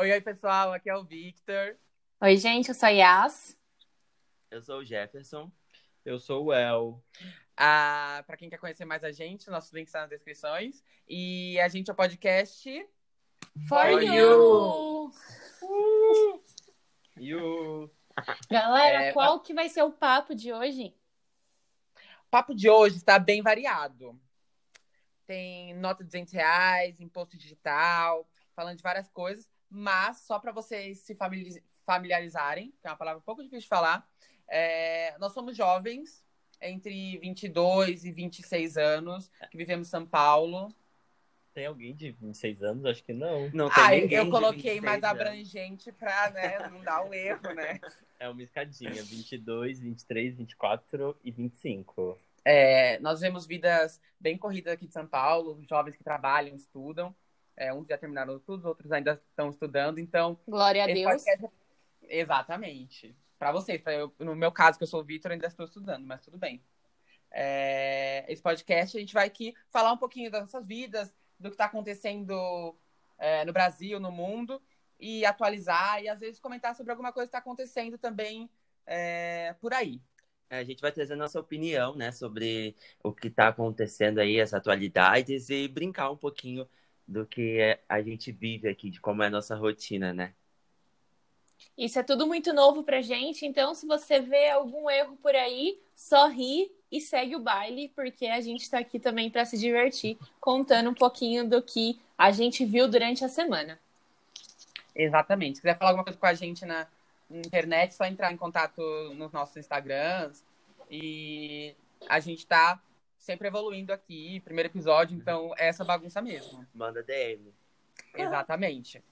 Oi, oi, pessoal, aqui é o Victor. Oi, gente, eu sou a Yas. Eu sou o Jefferson. Eu sou o El. Ah, para quem quer conhecer mais a gente, nossos links estão nas descrições. E a gente é o podcast. For, For you! E o. Galera, É, qual que vai ser o papo de hoje? O papo de hoje está bem variado. Tem nota de 200 reais, imposto digital, falando de várias coisas, mas só para vocês se famili- familiarizarem, que é uma palavra um pouco difícil de falar, é, nós somos jovens, entre 22 e 26 anos, que vivemos em São Paulo. Tem alguém de 26 anos? Acho que não. Não Ah, ninguém eu de coloquei mais 26 anos. abrangente para não dar um erro, né? É uma escadinha. 22, 23, 24 e 25. É, nós vemos vidas bem corridas aqui de São Paulo, jovens que trabalham, estudam. É, uns já terminaram os estudos, outros ainda estão estudando. Então, Glória a esse Deus. é podcast- Exatamente. Para vocês, pra eu- no meu caso, que eu sou o Vitor, ainda estou estudando, mas tudo bem. É, esse podcast a gente vai aqui falar um pouquinho das nossas vidas, do que está acontecendo é, no Brasil, no mundo, e atualizar e às vezes comentar sobre alguma coisa que está acontecendo também é, por aí. É, a gente vai trazer nossa opinião, né, sobre o que está acontecendo aí, as atualidades e brincar um pouquinho do que é- a gente vive aqui, de como é a nossa rotina, né? Isso é tudo muito novo pra gente, então se você vê algum erro por aí, só ri e segue o baile, porque a gente tá aqui também pra se divertir, contando um pouquinho do que a gente viu durante a semana. Exatamente. Se quiser falar alguma coisa com a gente na internet, é só entrar em contato nos nossos Instagrams. E a gente tá sempre evoluindo aqui, primeiro episódio, então é essa bagunça mesmo. Manda DM. Exatamente.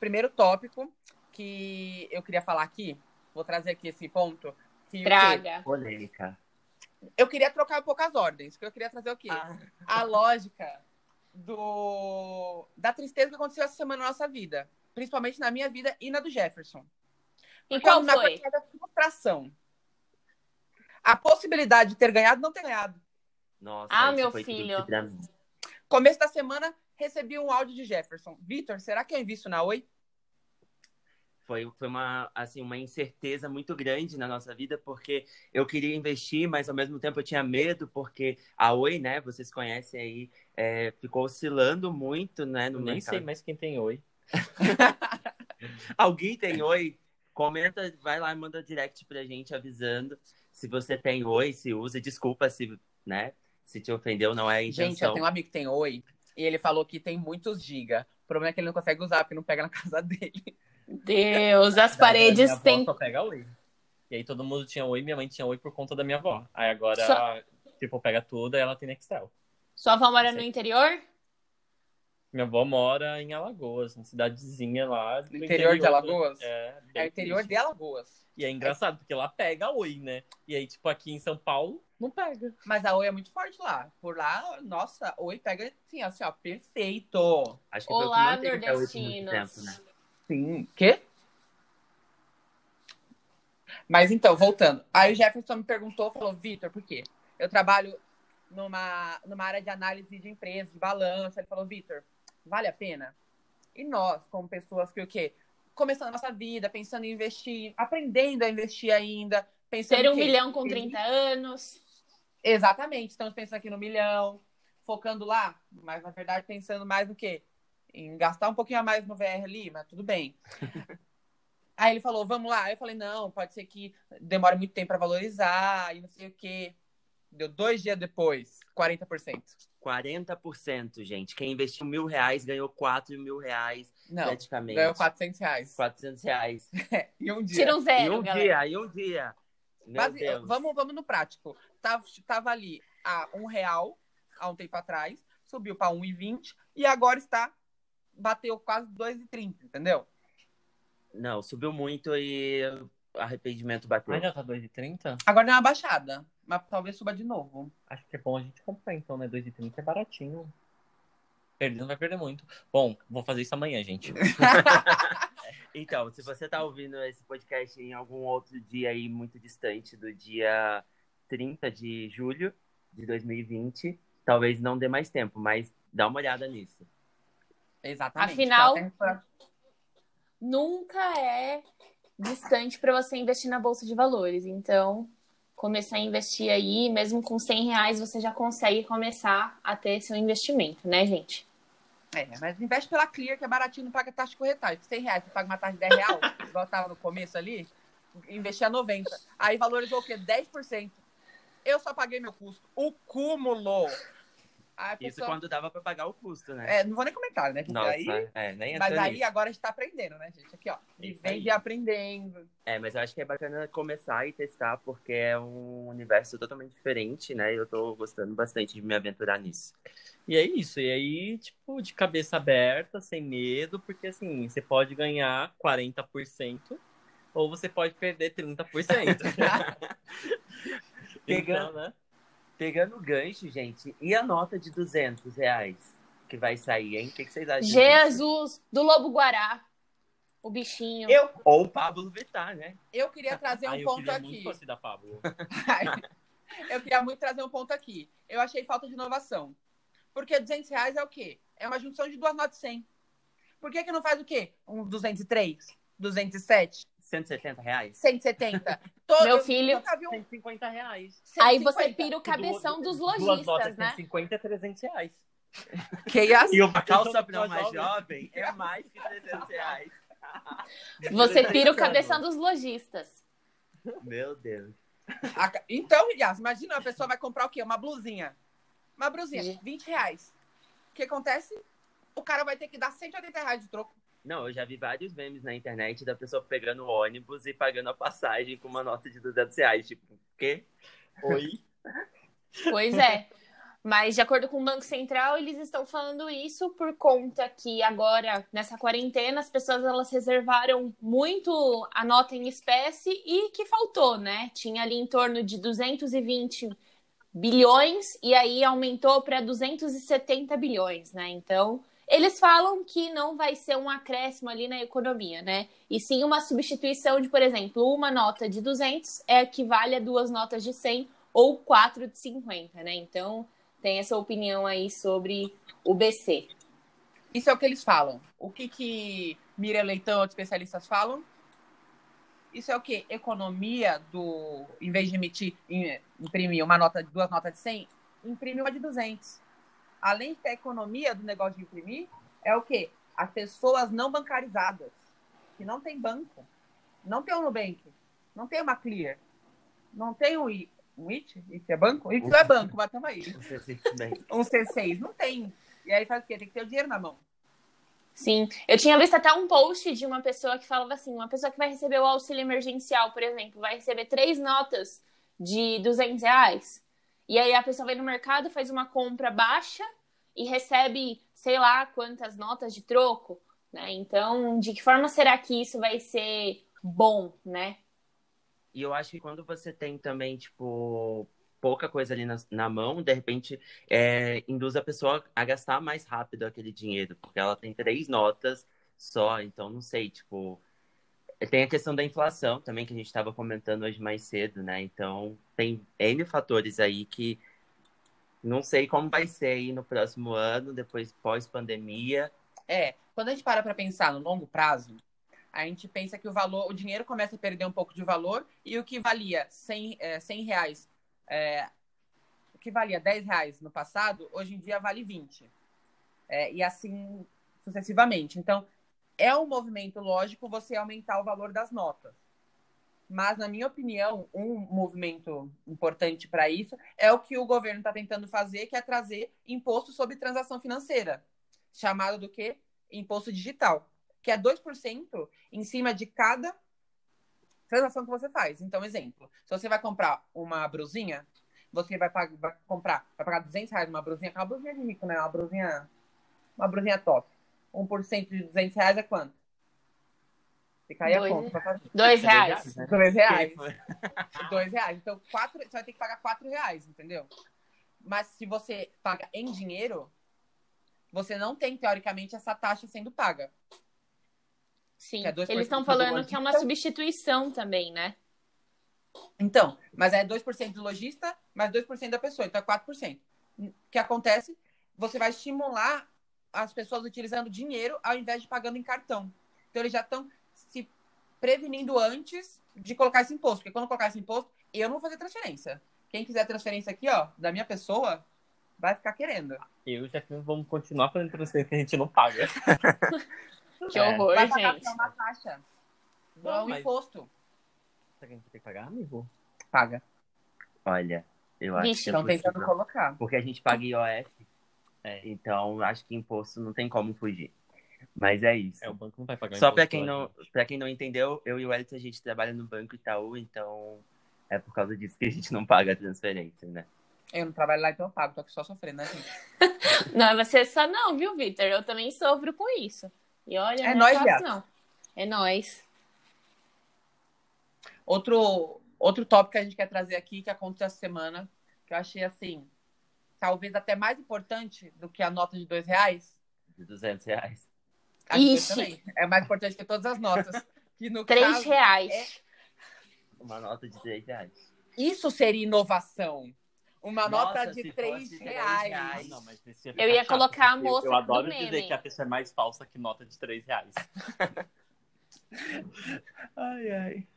Primeiro tópico que eu queria falar aqui, vou trazer aqui esse ponto. Que o quê? Traga. Polêmica. Eu queria trocar um pouco as ordens, porque eu queria trazer o quê? Ah. A lógica do... da tristeza que aconteceu essa semana na nossa vida. Principalmente na minha vida e na do Jefferson. E Então, qual na foi? quantidade da frustração. A possibilidade de ter ganhado, não ter ganhado. Nossa, Ah, isso meu foi filho. triste pra mim. Começo da semana, recebi um áudio de Jefferson. Vitor, será que eu invisto na Oi? Foi, foi uma, assim, uma incerteza muito grande na nossa vida, porque eu queria investir, mas ao mesmo tempo eu tinha medo, porque a Oi, né, vocês conhecem aí, é, ficou oscilando muito, né, no Nem mercado. sei mais quem tem oi. Alguém tem oi? Comenta, vai lá e manda um direct pra gente avisando se você tem oi, se usa. Desculpa se, né, se te ofendeu, não é a intenção. Gente, eu tenho um amigo que tem Oi e ele falou que tem muitos giga. O problema é que ele não consegue usar, porque não pega na casa dele. Deus, as paredes Minha avó têm Só pega oi. E aí todo mundo tinha oi, minha mãe tinha oi por conta da minha avó. Aí agora, tipo, pega tudo e ela tem Nextel. Sua avó mora no interior? Minha avó mora em Alagoas, uma cidadezinha lá. do No interior de Alagoas? É, bem É o interior triste. de Alagoas. E é engraçado, porque lá pega oi, né? E aí, tipo, aqui em São Paulo, não pega. Mas a Oi é muito forte lá. Por lá, nossa, Oi pega assim, assim, ó, perfeito. Acho que foi o que Olá, manteve até o último tempo, né? nordestinos. Sim. Quê? Mas então, voltando. Aí o Jefferson me perguntou, falou, Vitor, por quê? Eu trabalho numa, numa área de análise de empresa, de balanço. Ele falou, Vitor, vale a pena? E nós, como pessoas que o quê? Começando a nossa vida, pensando em investir, aprendendo a investir ainda, pensando Ter um o quê? milhão com 30 anos. Exatamente, estamos pensando aqui no milhão, focando lá, mas na verdade pensando mais no quê? Em gastar um pouquinho a mais no VR ali, mas tudo bem. Aí ele falou, vamos lá. Aí eu falei, não, pode ser que demore muito tempo para valorizar e não sei o quê. Deu dois dias depois, 40%. 40%, gente. Quem investiu mil reais ganhou 4 mil reais, Não, praticamente. ganhou 400 reais. 400 reais. E um dia. Tira um Em zero, um galera. dia, em um dia. Meu Mas, eh, Deus. vamos, vamos no prático. Tava, tava ali a um real há um tempo atrás, subiu para 1,20 e agora está bateu quase 2,30, entendeu? Não, subiu muito e arrependimento bateu. Ainda tá 2,30? Agora deu uma baixada, mas talvez suba de novo. Acho que é bom a gente comprar, então, né? 2,30 é baratinho. Perder não vai perder muito. Bom, vou fazer isso amanhã, gente. Então, se você tá ouvindo esse podcast em algum outro dia aí muito distante do dia 30 de julho de 2020, talvez não dê mais tempo, mas dá uma olhada nisso. Exatamente. Afinal- Então, até pra- nunca é distante para você investir na bolsa de valores. Então, começar a investir aí, mesmo com 100 reais, você já consegue começar a ter seu investimento, né, gente? É, mas investe pela Clear, que é baratinho, não paga taxa de corretagem. 100 reais, você paga uma taxa de 10 reais, igual tava no começo ali, investia 90. Aí valorizou o quê? 10%. Eu só paguei meu custo. O cúmulo! Aí a Isso pessoa- quando dava pra pagar o custo, né? É, não vou nem comentar, né? Porque Nossa, aí... é, nem entra Mas aí nisso. agora a gente tá aprendendo, né, gente? Aqui, ó. Isso Vem aí. aprendendo. É, mas eu acho que é bacana começar e testar, porque é um universo totalmente diferente, né? E eu tô gostando bastante de me aventurar nisso. E é isso, e aí, tipo, de cabeça aberta, sem medo, porque assim, você pode ganhar 40% ou você pode perder 30%. então, Pegando. né? Pegando o gancho, gente, e a nota de 200 reais que vai sair, hein? O que, que vocês acham? disso? Jesus, do Lobo Guará, o bichinho. Eu, Ou o Pablo Vittar, né? eu queria trazer um Ai, eu ponto queria é muito que aqui. fosse da Pablo. eu queria muito trazer um ponto aqui. Eu achei falta de inovação. Porque 200 reais é o quê? É uma junção de duas notas de 100. Por que que não faz o quê? Um 203, 207, 170 reais? 170. Todo, Meu eu filho. Nunca vi um 150 reais. Aí 150. você pira o cabeção dos lojistas, né? 150 é 300 reais. Que é assim? E uma calça calça pra pra uma mais jovem é mais que 300 reais. então, Você pira o cabeção dos lojistas. Meu Deus. A ca- Então, Yas, imagina, a pessoa vai comprar o quê? Uma blusinha. Uma blusinha, Sim. 20 reais. O que acontece? O cara vai ter que dar 180 reais de troco. Não, eu já vi vários memes na internet da pessoa pegando o ônibus e pagando a passagem com uma nota de 200 reais. Tipo, o quê? Oi. Pois é. Mas, de acordo com o Banco Central, eles estão falando isso por conta que agora, nessa quarentena, as pessoas elas reservaram muito a nota em espécie e que faltou, né? Tinha ali em torno de 220 bilhões e aí aumentou para 270 bilhões, né? Então, eles falam que não vai ser um acréscimo ali na economia, né? E sim uma substituição de, por exemplo, uma nota de 200 é equivale a duas notas de 100 ou 4 de 50, né? Então, tem essa opinião aí sobre o BC. Isso é o que eles falam. O que que Mira Leitão e outros especialistas falam? Isso é o que? Economia do... Em vez de emitir, im- imprimir uma nota, duas notas de 100, imprime uma de 200. Além da economia do negócio de imprimir, é o que? As pessoas não bancarizadas, que não tem banco, não tem um Nubank, não tem uma Clear, não tem um, I, um IT, IT é banco? IT não é banco, mas tamo aí. Você simplesmente- Um C6, não tem. E aí faz o quê? Tem que ter o dinheiro na mão. Sim, eu tinha visto até um post de uma pessoa que falava assim, uma pessoa que vai receber o auxílio emergencial, por exemplo, vai receber três notas de 200 reais. E aí a pessoa vai no mercado, faz uma compra baixa e recebe, sei lá, quantas notas de troco, né? Então, de que forma será que isso vai ser bom, né? E eu acho que quando você tem também, tipo, pouca coisa ali na, na mão, de repente é, induz a pessoa a gastar mais rápido aquele dinheiro, porque ela tem três notas só, então não sei, tipo. Tem a questão da inflação também, que a gente estava comentando hoje mais cedo, né? Então, tem N fatores aí que não sei como vai ser aí no próximo ano, depois pós-pandemia. É, quando a gente para para pensar no longo prazo, a gente pensa que o valor, o dinheiro começa a perder um pouco de valor e o que valia 100, é, 100 reais, é, o que valia 10 reais no passado, hoje em dia vale 20. É, e assim sucessivamente. Então, é um movimento lógico você aumentar o valor das notas. Mas, na minha opinião, um movimento importante para isso é o que o governo está tentando fazer, que é trazer imposto sobre transação financeira, chamado do que? Imposto digital, que é 2% em cima de cada transação que você faz. Então, exemplo, se você vai comprar uma brusinha, você vai, pag- vai comprar, vai pagar 200 reais numa brusinha, que é uma brusinha de rico, né? Uma brusinha, uma brusinha top. 1% de 200 reais é quanto? Fica aí a Dois. conta pra fazer. Dois reais. Dois reais. Porque Dois reais. Então, quatro, você vai ter que pagar quatro reais, entendeu? Mas se você paga em dinheiro, você não tem, teoricamente, essa taxa sendo paga. Sim, Que é dois por eles estão cento do falando que é uma lojista. substituição também, né? Então, mas é 2% do lojista, mais 2% da pessoa, então é 4%. O que acontece? Você vai estimular as pessoas utilizando dinheiro ao invés de pagando em cartão. Então, Então, eles já estão se prevenindo antes de colocar esse imposto. Porque quando colocar esse imposto, eu não vou fazer transferência. Quem quiser transferência aqui, ó, da minha pessoa, vai ficar querendo. então. Eu já vamos continuar fazendo transferência que a gente não paga. Que É. horror, vai pagar gente. uma taxa. Não é um Mas- imposto. Será que a gente vai ter que pagar, amigo? Paga. Tipo, Olha, eu acho Vixe, que é Estão tentando possível. Então, colocar. Porque a gente paga IOF. É. Então, acho que imposto não tem como fugir. Mas é isso. É, o banco não vai pagar. Só imposto, né? para quem eu não, acho. para quem não entendeu, eu e o Elton a gente trabalha no Banco Itaú, então é por causa disso que a gente não paga a transferência, né? Eu não trabalho lá, então eu pago. Tô aqui só sofrendo, né, gente? Não, você é só não, viu, Vitor? Eu também sofro com isso. E olha, É não nóis, é fácil, viado. não. É nós. Outro, outro tópico que a gente quer trazer aqui, que aconteceu essa semana, que eu achei assim, talvez até mais importante do que a nota de dois reais. De 200 reais. acho que Ixi. também. É mais importante que todas as notas. Que no Três caso, reais. Uma nota de 3 reais. isso seria inovação. Uma Nossa, nota de se três fosse reais. três reais. Não, mas esse é Eu ia ficar colocar a porque moça Eu adoro do dizer meme. que a pessoa é mais falsa que nota de 3 reais. Ai, ai.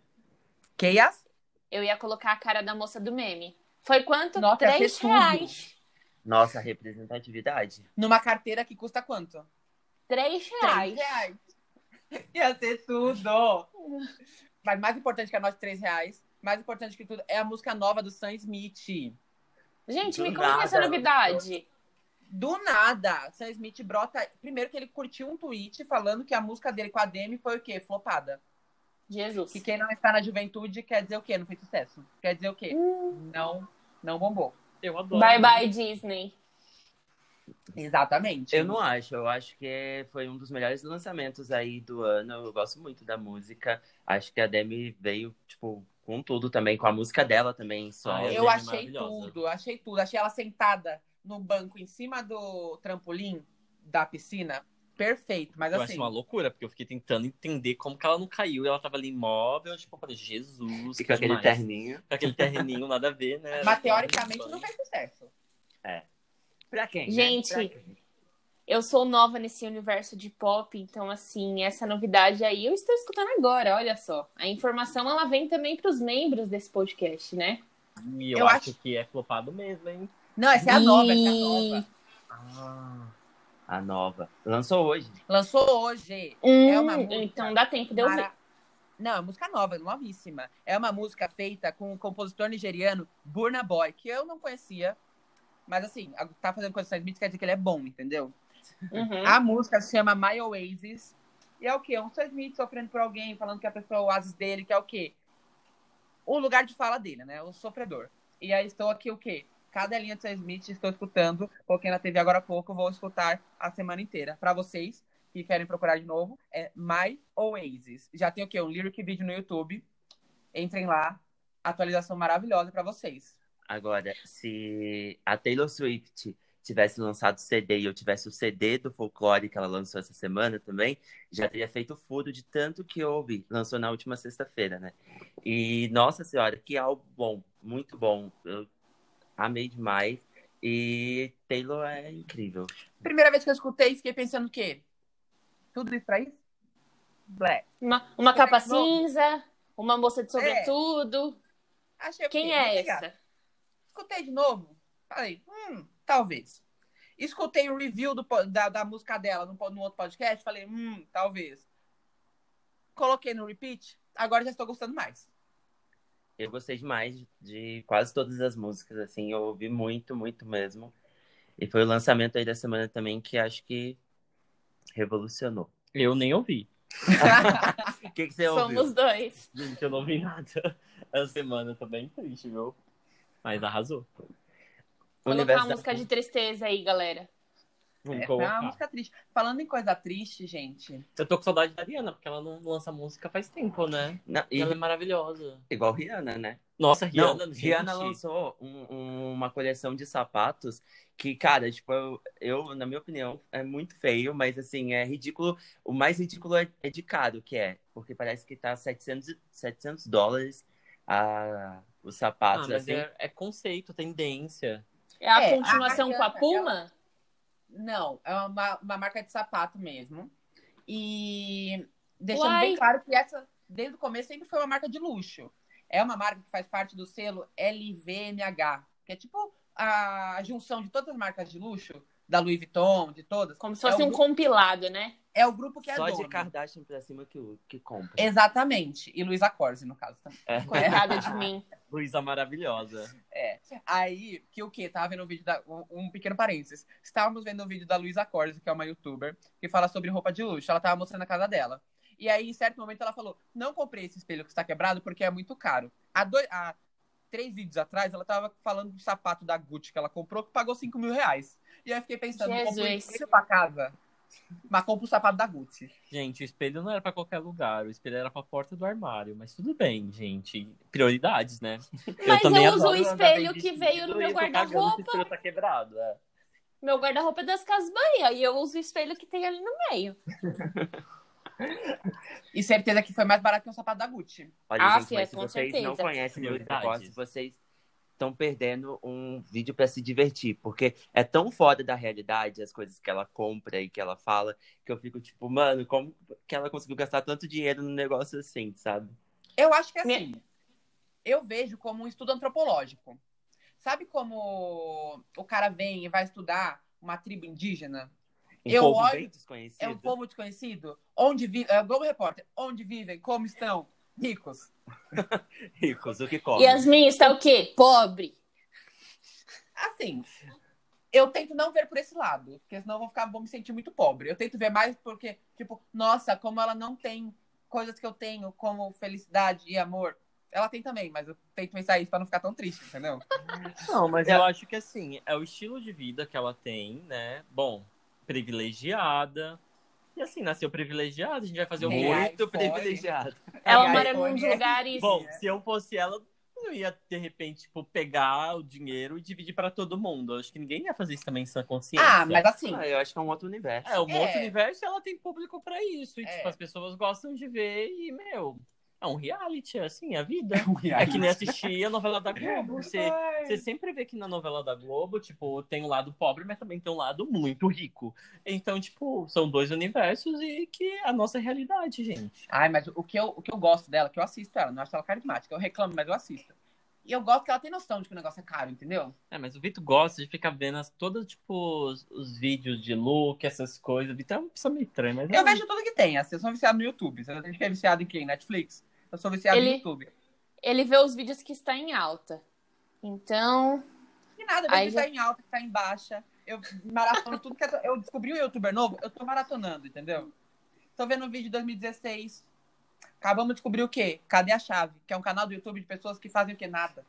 Que as? Eu ia colocar a cara da moça do meme. Foi quanto? Nota Três absurdo. reais. Nossa, a representatividade. Numa carteira que custa quanto? Três reais. reais. Ia ser tudo. Mas mais importante que a nota de três reais, mais importante que tudo, é a música nova do Sam Smith. Gente, Do me conta nada. essa novidade. Do nada, Sam Smith brota. Primeiro que ele curtiu um tweet falando que a música dele com a Demi foi o quê? Flopada. Jesus. Que quem não está na juventude quer dizer o quê? Não fez sucesso. Quer dizer o quê? Hum. Não, não bombou. Eu adoro. Bye bye, Disney. Exatamente. Eu não acho, eu acho que é- foi um dos melhores lançamentos aí do ano. Eu gosto muito da música. Acho que a Demi veio, tipo, com tudo também, com a música dela também, só. Ah, Eu Ela é achei maravilhosa. tudo, achei tudo. Achei ela sentada no banco em cima do trampolim da piscina. Perfeito, mas Eu assim. acho uma loucura, porque eu fiquei tentando entender como que ela não caiu. E ela tava ali imóvel, tipo, eu falei, Jesus, Fica que aquele demais. terninho. Com aquele terreninho, nada a ver, né? Mas teoricamente não fez sucesso. Pra quem? né? Gente. Pra quem? Eu sou nova nesse universo de pop, então assim, essa novidade aí eu estou escutando agora, olha só. A informação ela vem também para os membros desse podcast, né? E eu, Eu acho que é flopado mesmo, hein? Não, essa é a nova, essa é a E- nova. Ah, a nova. Lançou hoje. Lançou hoje. Hum, É uma música então dá tempo de eu ver. Mara- Não, é música nova, novíssima. É uma música feita com o compositor nigeriano Burna Boy, que eu não conhecia. Mas assim, a- tá fazendo coisa com o Sam Smith, quer dizer que ele é bom, entendeu? Uhum. A música se chama My Oasis. E é o quê? Um Sam Smith sofrendo por alguém, falando que a pessoa é o oásis dele, que é o quê? O lugar de fala dele, né? O sofredor. E aí estou aqui o quê? Cada linha de Sam Smith estou escutando, porque na TV agora há pouco, vou escutar a semana inteira. Pra vocês que querem procurar de novo, é My Oasis. Já tem o quê? Um lyric vídeo no YouTube. Entrem lá. Atualização maravilhosa pra vocês. Agora, se a Taylor Swift tivesse lançado CD e eu tivesse o CD do folclore que ela lançou essa semana também, já teria feito furo de tanto que houve. Lançou na última sexta-feira, né? E, nossa senhora, que álbum bom, muito bom. Eu amei demais. E Taylor é incrível. Primeira vez que eu escutei, fiquei pensando o quê? Tudo isso pra isso? Black. Uma, uma Como capa é que vão? cinza, uma moça de sobretudo. Achei o quê? Quem Vou é pegar. essa? Escutei de novo. Falei, hum, talvez. Escutei o review do po- da, da música dela no, po- no outro podcast. Falei, hum, talvez. Coloquei no repeat. Agora já estou gostando mais. Eu gostei demais de quase todas as músicas, assim, eu ouvi muito, muito mesmo. E foi o lançamento aí da semana também que acho que revolucionou. Eu nem ouvi. O que, que você é ouviu? Somos dois. Gente, eu não ouvi nada. Essa semana tá bem triste, viu? Mas arrasou. Colocar Universo uma da- música de tristeza aí, galera. Vamos Essa é colocar. uma música triste. Falando em coisa triste, gente. Eu tô com saudade da Ariana, porque ela não lança música faz tempo, né? Não, E e- ela é maravilhosa. Igual Rihanna, né? Nossa, Rihanna, não, gente. Rihanna lançou um- um- uma coleção de sapatos que, cara, tipo, eu, eu, na minha opinião, é muito feio, mas assim, é ridículo. O mais ridículo é, é de caro que é, porque parece que tá 700, e- 700 dólares a, os Ah, sapatos, mas assim. é, é conceito, tendência. É a É, a continuação com a Ariana, Puma? Não, é uma, uma marca de sapato mesmo. E deixando Uai. bem claro que essa, desde o começo, sempre foi uma marca de luxo. É uma marca que faz parte do selo LVMH, que é tipo a junção de todas as marcas de luxo, da Louis Vuitton, de todas. Como se fosse é o, um gru- compilado, né? é o grupo que é Só dono. de Kardashian pra cima que, o- que compra. Exatamente. E Luísa Corsi, no caso, também. É. Coitada de mim. Luísa maravilhosa. É. Aí, que o quê? Tava vendo um vídeo da. um- Um pequeno parênteses. Estávamos vendo um vídeo da Luísa Corsi, que é uma youtuber, que fala sobre roupa de luxo. Ela tava mostrando a casa dela. E aí, em certo momento, ela falou: Não comprei esse espelho que está quebrado porque é muito caro. Há, dois, há três vídeos atrás, ela tava falando do sapato da Gucci que ela comprou, que pagou 5 mil reais. E aí eu fiquei pensando: comprei um Jesus. espelho pra casa, mas compro o sapato da Gucci. Gente, o espelho não era pra qualquer lugar. O espelho era pra porta do armário. Mas tudo bem, gente. Prioridades, né? Mas eu, também uso o adoro andar bem espelho que vestido veio no e meu eu tô cagando se O guarda-roupa. espelho tá quebrado. é. Meu guarda-roupa é das Casas Bahia. E eu uso o espelho que tem ali no meio. E certeza que foi mais barato que o sapato da Gucci. Olha, Ah, gente, fia, mas se com vocês não certeza. conhecem meu Prioridades. negócio, vocês estão perdendo um vídeo pra se divertir, porque é tão fora da realidade as coisas que ela compra e que ela fala, que eu fico tipo, mano, como que ela conseguiu gastar tanto dinheiro num negócio assim, sabe? Eu acho que é assim. Minha- eu vejo como um estudo antropológico. Sabe como o cara vem e vai estudar uma tribo indígena? Um Eu povo olho- bem É desconhecido. um povo desconhecido? Onde vivem? É o Globo Repórter. Onde vivem? Como estão? Ricos. Ricos, o que come. E as minhas tá o quê? Pobre. Assim, eu tento não ver por esse lado, porque senão eu vou ficar, vou me sentir muito pobre. Eu tento ver mais porque, tipo, nossa, como ela não tem coisas que eu tenho, como felicidade e amor. Ela tem também, mas eu tento pensar isso pra não ficar tão triste, entendeu? Não, mas eu acho que assim, é o estilo de vida que ela tem, né? Bom, privilegiada. E assim, nasceu privilegiada, a gente vai fazer o É, muito. Muito iPhone. privilegiado. Ela Ai, mora em iPhone, uns é. lugares. Bom, se eu fosse ela, eu ia de repente, tipo, pegar o dinheiro e dividir pra todo mundo. Eu acho que ninguém ia fazer isso também sem consciência. Ah, mas assim, Ah, eu acho que é um outro universo. É, o É. Monte Universo, ela tem público pra isso. E, É. tipo, as pessoas gostam de ver e, meu, é um reality, é assim, a vida. É é que nem assistir a novela da Globo. Você, você sempre vê que na novela da Globo, tipo, tem um lado pobre, mas também tem um lado muito rico. Então, tipo, são dois universos e que é a nossa realidade, gente. Ai, mas o que, eu, o que eu gosto dela, que eu assisto ela, não acho ela carismática. Eu reclamo, mas eu assisto. E eu gosto que ela tem noção de que o negócio é caro, entendeu? É, mas o Vitor gosta de ficar vendo as, todos, tipo, os, os vídeos de look, essas coisas. O Vitor é uma pessoa meio estranha, mas... é Eu vejo tudo que tem. Assim, eu sou viciado no YouTube. Você tem que é viciado em quem? Netflix? Eu sou viciado no Ele- YouTube. Ele vê os vídeos que está em alta. Então, E nada, Aí vejo que já- tá em alta, que tá em baixa. Eu maratono tudo que é- eu descobri um youtuber novo, eu tô maratonando, entendeu? Tô vendo um vídeo de 2016. Acabamos de descobrir o quê? Cadê a Chave? Que é um canal do YouTube de pessoas que fazem o quê? Nada.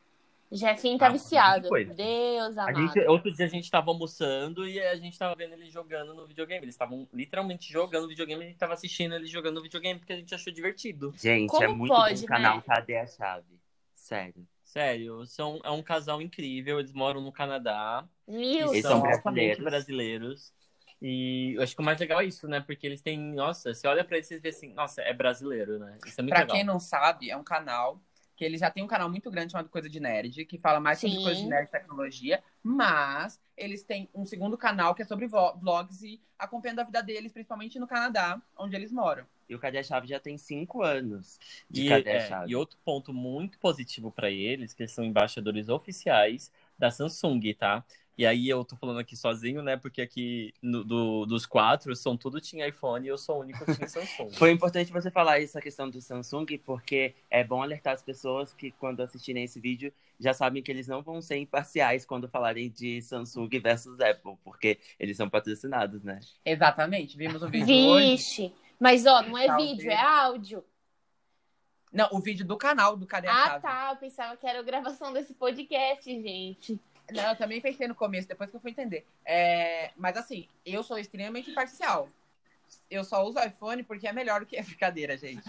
Jefinho tá Ah, viciado. coisa. Deus A amado. gente, outro dia a gente tava almoçando e a gente tava vendo ele jogando no videogame. Eles estavam literalmente jogando videogame, a gente tava assistindo ele jogando no videogame porque a gente achou divertido. Gente, é Como muito pode, bom o canal né? Cadê a Chave? Sério. Sério, são, é um casal incrível, eles moram no Canadá. Meu e Eles são são Deus. altamente brasileiros. brasileiros. E eu acho que o mais legal é isso, né? Porque eles têm. Nossa, você olha pra eles e vê assim, nossa, é brasileiro, né? Isso é muito Pra legal. quem não sabe, é um canal que ele já tem um canal muito grande chamado Coisa de Nerd, que fala mais sobre Sim. coisa de nerd e tecnologia, mas eles têm um segundo canal que é sobre vo- vlogs e acompanhando a vida deles, principalmente no Canadá, onde eles moram. E o Cadê a Chave já tem cinco anos de E, Cadê a é, Chave. e outro ponto muito positivo pra eles, que eles são embaixadores oficiais da Samsung, tá? E aí eu tô falando aqui sozinho, né? Porque aqui no- do- dos quatro, são tudo tinha iPhone e eu sou o único que tinha Samsung. Foi importante você falar essa questão do Samsung, porque é bom alertar as pessoas que quando assistirem esse vídeo já sabem que eles não vão ser imparciais quando falarem de Samsung versus Apple, porque eles são patrocinados, né? Exatamente, vimos o vídeo hoje. Vixe. Mas, ó, não é Talvez. vídeo, é áudio. Não, o vídeo do canal do Cadê a Ah, Chave? tá. Eu pensava que era a gravação desse podcast, gente. Não, eu também pensei no começo, depois que eu fui entender. É, mas assim, eu sou extremamente imparcial. Eu só uso iPhone porque é melhor do que a brincadeira, gente.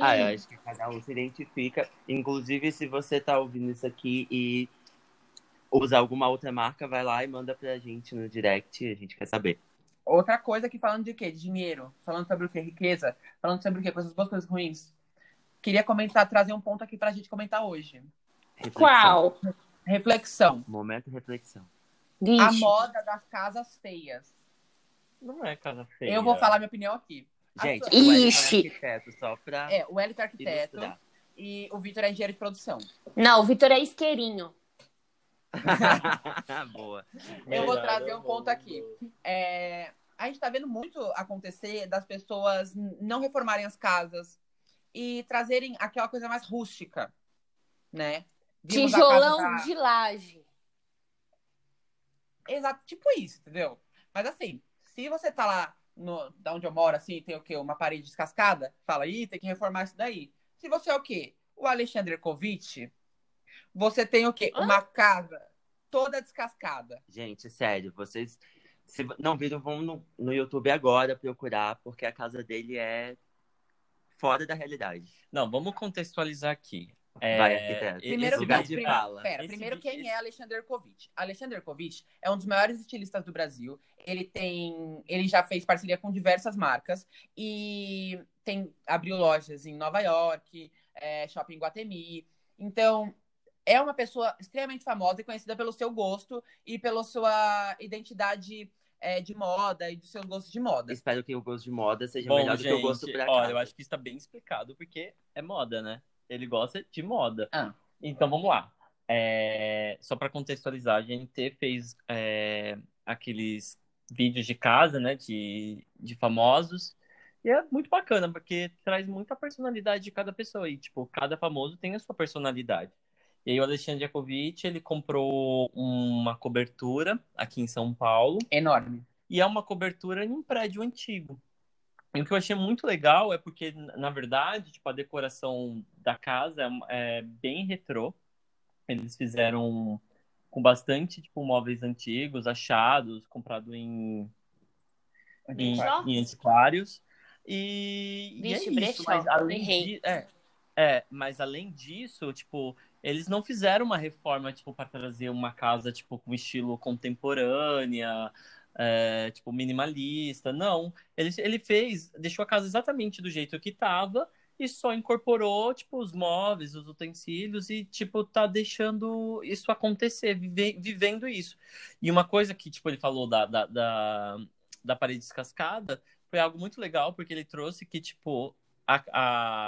Ah, eu acho que cada um se identifica. Inclusive, se você tá ouvindo isso aqui e usa alguma outra marca, vai lá e manda pra gente no direct, a gente quer saber. Outra coisa que falando de quê? Dinheiro. Falando sobre o quê? Riqueza. Falando sobre o quê? Coisas boas, coisas ruins. Queria comentar, trazer um ponto aqui pra gente comentar hoje. Reflexão. Qual? Reflexão. Momento reflexão. A Vixe. moda das casas feias. Não é casa feia. Eu vou falar minha opinião aqui. Gente, sua- o Wellington é Ixi. arquiteto, só pra É, o Hélio é arquiteto ilustrar. e o Vitor é engenheiro de produção. Não, o Vitor é isqueirinho. Boa. Eu vou Verdade, trazer um eu ponto vou- aqui. É, a gente está vendo muito acontecer das pessoas n- não reformarem as casas e trazerem aquela coisa mais rústica, né? Vimos a casa Tijolão da- de laje. Exato, tipo isso, entendeu? Mas assim, se você tá lá no, da onde eu moro, assim, tem o quê? Uma parede descascada, fala, ih, tem que reformar isso daí. Se você é o quê? O Alexandre Kovic, você tem o quê? Hã? Uma casa toda descascada. Gente, sério, vocês se não viram, vão no, no YouTube agora procurar, porque a casa dele é fora da realidade. Não, vamos contextualizar aqui. É, Vai, arquiteto. esse Primeiro, lugar quem- de primeiro, fala. pera, Esse primeiro vi- quem esse- é Alexander Kovic? Alexander Kovic é um dos maiores estilistas do Brasil. Ele tem, ele já fez parceria com diversas marcas e tem abriu lojas em Nova York, é, shopping em Guatemi. Então é uma pessoa extremamente famosa e conhecida pelo seu gosto e pela sua identidade é, de moda e dos seus gostos de moda. Espero que o gosto de moda seja Bom, melhor do que o gente, gosto pra olha, casa. eu acho que isso tá bem explicado, porque é moda, né? Ele gosta de moda. Ah. Então, vamos lá. É, Só pra contextualizar, a GNT fez é, aqueles vídeos de casa, né? De... de famosos. E é muito bacana, porque traz muita personalidade de cada pessoa. E, tipo, cada famoso tem a sua personalidade. E aí, o Alexandre Jacovic, ele comprou uma cobertura aqui em São Paulo Enorme. e é uma cobertura em um prédio antigo. E o que eu achei muito legal é porque, na verdade, tipo, a decoração da casa é uma- é, bem retrô. Eles fizeram com bastante, tipo, móveis antigos, achados, comprado em, em, Brechó? em antiquários. E, e é Vixe, isso, brechó. mas além Errei. di- é, é, mas além disso, tipo, eles não fizeram uma reforma, tipo, para trazer uma casa, tipo, com estilo contemporânea, é, tipo, minimalista, não. Ele, ele fez, deixou a casa exatamente do jeito que tava e só incorporou, tipo, os móveis, os utensílios e, tipo, tá deixando isso acontecer, vive- vivendo isso. E uma coisa que, tipo, ele falou da, da, da, da parede descascada foi algo muito legal, porque ele trouxe que, tipo, a,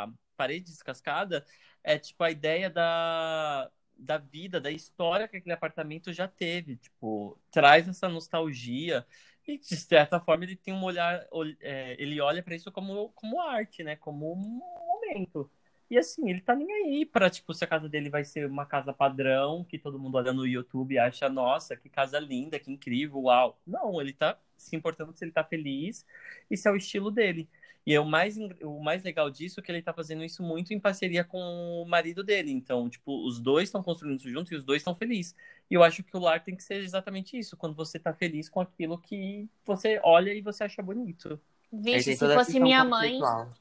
a parede descascada é, tipo, a ideia da, da vida, da história que aquele apartamento já teve. Tipo, traz essa nostalgia e, de certa forma, ele tem um olhar, ol- é, ele olha para isso como, como arte, né? Como um momento. E assim, ele tá nem aí pra, tipo, se a casa dele vai ser uma casa padrão, que todo mundo olha no YouTube e acha, nossa, que casa linda, que incrível, uau. Não, ele tá se importando se ele tá feliz e se é o estilo dele. E é o mais, en- o mais legal disso é que ele tá fazendo isso muito em parceria com o marido dele. Então, tipo, os dois estão construindo isso juntos e os dois estão felizes. E eu acho que o lar tem que ser exatamente isso, quando você tá feliz com aquilo que você olha e você acha bonito. Aí Vixe, tem se toda a fosse questão minha mãe, conflitual.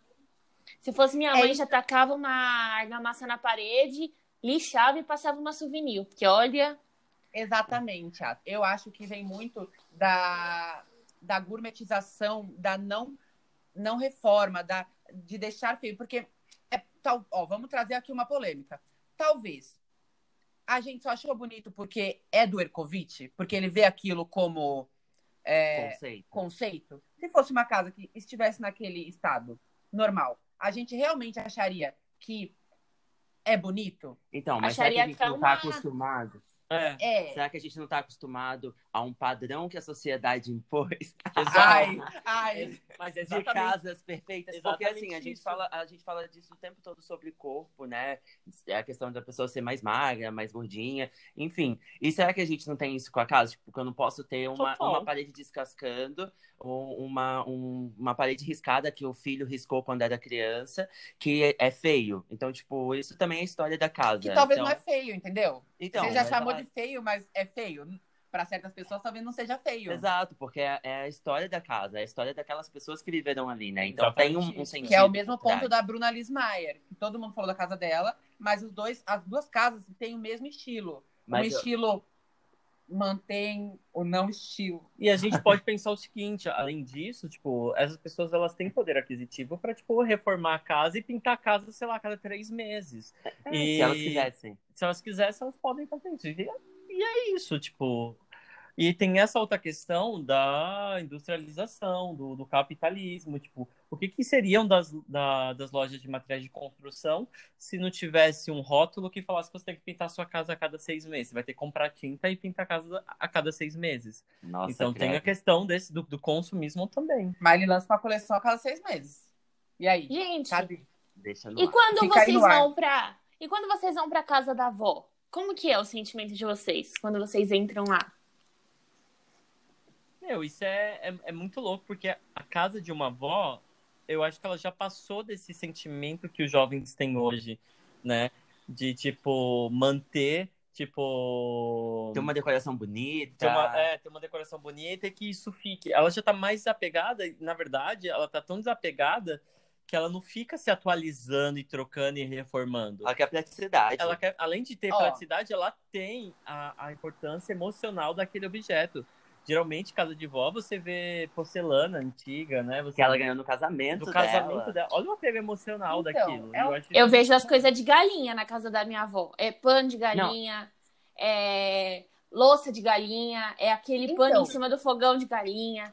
se fosse minha É mãe, isso. já tacava uma argamassa na parede, lixava e passava uma souvenir. Porque olha, Exatamente, Ato. Eu acho que vem muito da, da gourmetização, da não, não reforma, da, de deixar feio. Porque, é, tal, ó, vamos trazer aqui uma polêmica. Talvez a gente só achou bonito porque é do Ercovitch, porque ele vê aquilo como é, Conceito. conceito. Se fosse uma casa que estivesse naquele estado normal, a gente realmente acharia que é bonito? Então, mas será que Acharia a gente que é não tá uma- acostumado? É, É. Será que a gente não tá acostumado a um padrão que a sociedade impôs? Ai, ai. mas de casas perfeitas, porque Exatamente assim, a gente, isso. fala, a gente fala disso o tempo todo sobre corpo, né? É a questão da pessoa ser mais magra, mais gordinha, enfim. E será que a gente não tem isso com a casa? Tipo, que eu não posso ter uma, Total. uma parede descascando, ou uma, um- uma parede riscada que o filho riscou quando era criança, que é, é feio. Então, tipo, isso também é história da casa. Que talvez então, não é feio, entendeu? Então, Você já mas chamou ela- de feio, mas é feio. Para certas pessoas, talvez não seja feio. Exato, porque é, é a história da casa, é a história daquelas pessoas que viveram ali, né? Então tem um, um Exatamente. sentido. Que é o mesmo por trás. ponto da Bruna Lismayer. que Todo mundo falou da casa dela, mas os dois, as duas casas têm o mesmo estilo. o Mas eu- estilo mantém o não estilo. E a gente pode pensar o seguinte, além disso, tipo, essas pessoas elas têm poder aquisitivo para tipo reformar a casa e pintar a casa, sei lá, a cada três meses. É, e Se elas quisessem. se elas quisessem, elas podem fazer isso. E é, e é isso, tipo. E tem essa outra questão da industrialização, do, do capitalismo, tipo, o que, que seriam das, da- das lojas de materiais de construção se não tivesse um rótulo que falasse que você tem que pintar a sua casa a cada seis meses? Você vai ter que comprar tinta e pintar a casa a cada seis meses. Nossa, então tem a credo. questão desse, do, do consumismo também. Miley lança uma coleção a cada seis meses. E aí? Gente, Cadê? Deixa no e ar. quando Fica aí vocês no ar. vão pra. E quando vocês vão pra casa da avó? Como que é o sentimento de vocês quando vocês entram lá? Meu, isso é, é, é muito louco, porque a casa de uma avó, eu acho que ela já passou desse sentimento que os jovens têm hoje, né? De, tipo, manter, tipo... Tem uma decoração bonita. Tem uma, é, tem uma decoração bonita e que isso fique. Ela já tá mais desapegada, e, na verdade, ela tá tão desapegada que ela não fica se atualizando e trocando e reformando. Ela quer praticidade. Ela quer, além de ter Ó. praticidade, ela tem a, a importância emocional daquele objeto. Geralmente, casa de vó, você vê porcelana antiga, né? Você Que ela vê ganhou no casamento do casamento dela. dela. Olha o apego emocional Então, daquilo. é o- acho Eu vejo as coisas de galinha na casa da minha avó. É pano de galinha, é louça de galinha, é aquele pano Então. em cima do fogão de galinha.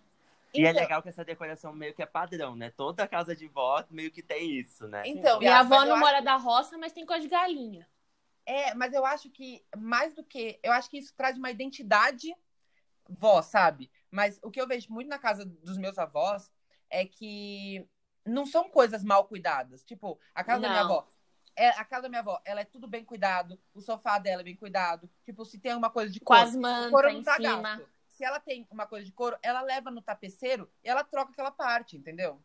E é Então- legal que essa decoração meio que é padrão, né? Toda casa de vó meio que tem isso, né? Então, E a Yas, mas avó eu não acho- mora da roça, mas tem coisa de galinha. É, mas eu acho que mais do que. Eu acho que isso traz uma identidade vó, sabe? Mas o que eu vejo muito na casa dos meus avós é que não são coisas mal cuidadas. Tipo, a casa da minha Não. avó. É, a casa da minha avó, ela é tudo bem cuidado, o sofá dela é bem cuidado. Tipo, se tem uma coisa de couro, Quase o manta couro em não tá cima. gasto. Se ela tem uma coisa de couro, ela leva no tapeceiro e ela troca aquela parte, entendeu?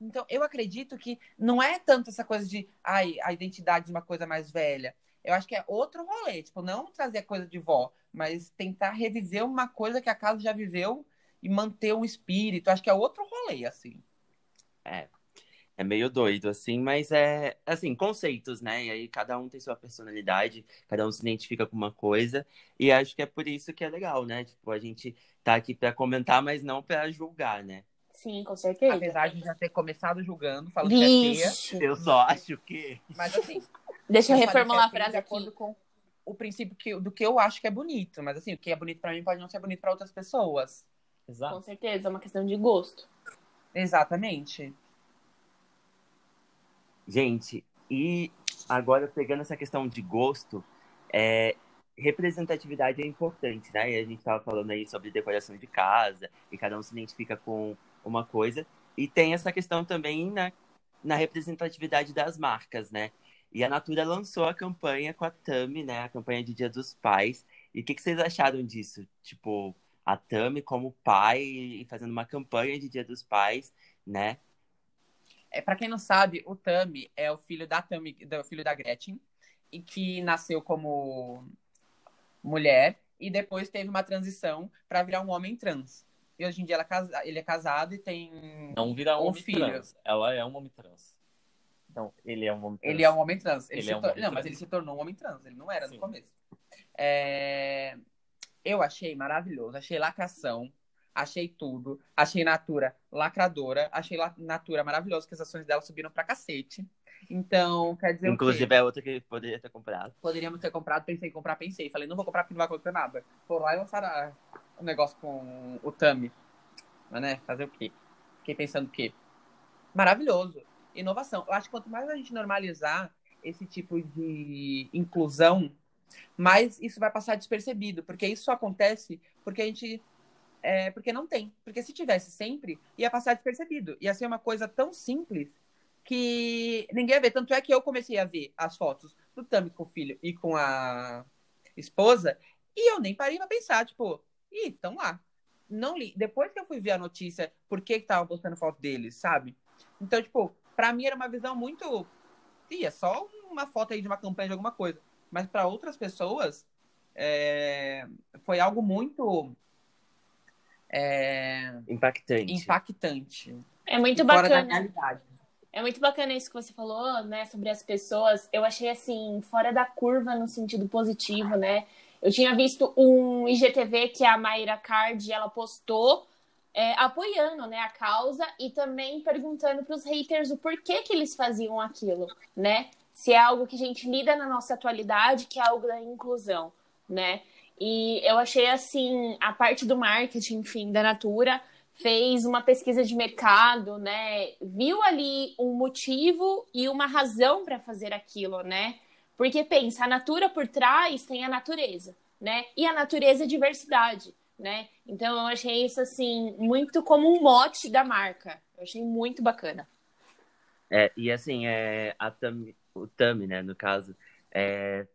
Então, eu acredito que não é tanto essa coisa de ai, a identidade de uma coisa mais velha. Eu acho que é outro rolê, tipo, não trazer coisa de vó, mas tentar reviver uma coisa que a casa já viveu e manter o espírito. Acho que é outro rolê, assim. É meio doido, assim, mas é, assim, conceitos, né? E aí cada um tem sua personalidade, cada um se identifica com uma coisa, e acho que é por isso que é legal, né? Tipo, a gente tá aqui pra comentar, mas não pra julgar, né? Sim, com certeza. Apesar de já ter começado julgando, falando que é feia, Vixe. Eu só acho que. mas assim, Deixa eu falei que é reformular a feio frase de aqui. acordo com o princípio que, do que eu acho que é bonito, mas assim, o que é bonito pra mim pode não ser bonito pra outras pessoas. Exato. Com certeza, é uma questão de gosto. Exatamente. Gente, e agora pegando essa questão de gosto, é, representatividade é importante, né? E a gente estava falando aí sobre decoração de casa, e cada um se identifica com uma coisa. E tem essa questão também na, na representatividade das marcas, né? E a Natura lançou a campanha com a Tami, né? A campanha de Dia dos Pais. E o que, que vocês acharam disso? Tipo, a Tami como pai e fazendo uma campanha de Dia dos Pais, né? É, para quem não sabe, o Tami é o filho da Tami, do filho da Gretchen, e que nasceu como mulher e depois teve uma transição pra virar um homem trans. E hoje em dia ela casa- ele é casado e tem Não virar Ou um homem filho. trans. Ela é um homem trans. Não, ele é um homem trans. Ele é um homem trans. Ele Ele se é um tor- homem não, trans. mas ele se tornou um homem trans. Ele não era Sim. no começo. É, Eu achei maravilhoso. Achei lacração. Achei tudo. Achei Natura lacradora. Achei La- Natura maravilhoso, que as ações dela subiram pra cacete. Então, quer dizer o quê? Inclusive é outra que poderia ter comprado. Poderíamos ter comprado, pensei em comprar, pensei. Falei, não vou comprar porque não vai acontecer nada. Foram lá e lançaram a- o negócio com o Tami. Mas, né, fazer o quê? Fiquei pensando o quê? Maravilhoso. Inovação. Eu acho que quanto mais a gente normalizar esse tipo de inclusão, mais isso vai passar despercebido. Porque isso só acontece porque a gente... é, porque não tem. Porque se tivesse sempre, ia passar despercebido. Ia ser uma coisa tão simples que ninguém ia ver. Tanto é que eu comecei a ver as fotos do Tami com o filho e com a esposa, e eu nem parei pra pensar, tipo, ih, estão lá. Não li. Depois que eu fui ver a notícia, por que que tava postando foto deles, sabe? Então, tipo, pra mim era uma visão muito. Ih, é só uma foto aí de uma campanha de alguma coisa. Mas pra outras pessoas, é, foi algo muito é, Impactante. impactante. É muito fora da bacana. realidade. É muito bacana isso que você falou, né, sobre as pessoas. Eu achei assim, fora da curva no sentido positivo, né? Eu tinha visto um IGTV que a Mayra Card ela postou é, apoiando né, a causa e também perguntando para os haters o porquê que eles faziam aquilo, né? Se é algo que a gente lida na nossa atualidade, que é algo da inclusão, né? E eu achei assim, a parte do marketing, enfim, da Natura fez uma pesquisa de mercado, né? Viu ali um motivo e uma razão para fazer aquilo, né? Porque pensa, a natura por trás tem a natureza, né? E a natureza é diversidade, né? Então eu achei isso assim muito como um mote da marca. Eu achei muito bacana. É, e assim, é, a Tami, o Tami, né, no caso, é,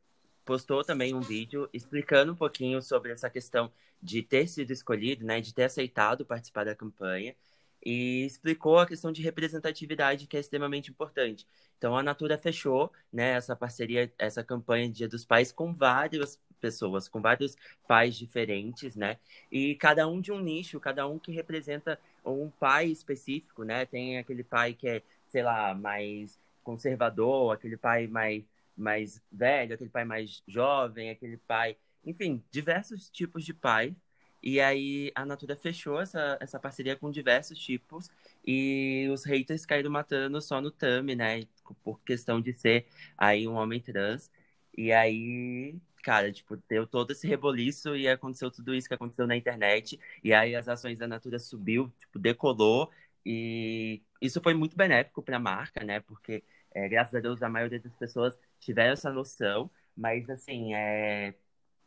postou também um vídeo explicando um pouquinho sobre essa questão de ter sido escolhido, né, de ter aceitado participar da campanha e explicou a questão de representatividade que é extremamente importante. Então a Natura fechou, né, essa parceria, essa campanha Dia dos Pais com várias pessoas, com vários pais diferentes, né? E cada um de um nicho, cada um que representa um pai específico, né? Tem aquele pai que é sei lá, mais conservador, aquele pai mais, mais velho, aquele pai mais jovem, aquele pai. Enfim, diversos tipos de pai. E aí a Natura fechou essa, essa parceria com diversos tipos. E os haters caíram matando só no Tami, né? Por questão de ser aí um homem trans. E aí, cara, tipo, deu todo esse reboliço e aconteceu tudo isso que aconteceu na internet. E aí as ações da Natura subiu, tipo, decolou. E isso foi muito benéfico para a marca, né? Porque, é, graças a Deus, a maioria das pessoas tiveram essa noção, mas, assim, é,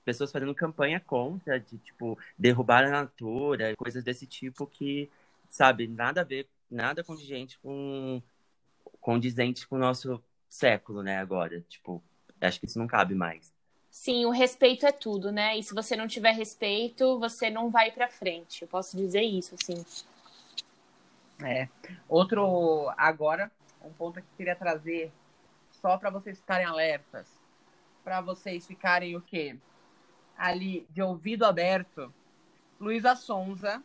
pessoas fazendo campanha contra, de, tipo, derrubar a natura, coisas desse tipo que, sabe, nada a ver, nada condizente com, condizente com o nosso século, né, agora. Tipo, acho que isso não cabe mais. Sim, o respeito é tudo, né? E se você não tiver respeito, você não vai para frente. Eu posso dizer isso, assim. É. Outro, agora, um ponto que eu queria trazer, só para vocês ficarem alertas, para vocês ficarem o quê? Ali, de ouvido aberto, Luísa Sonza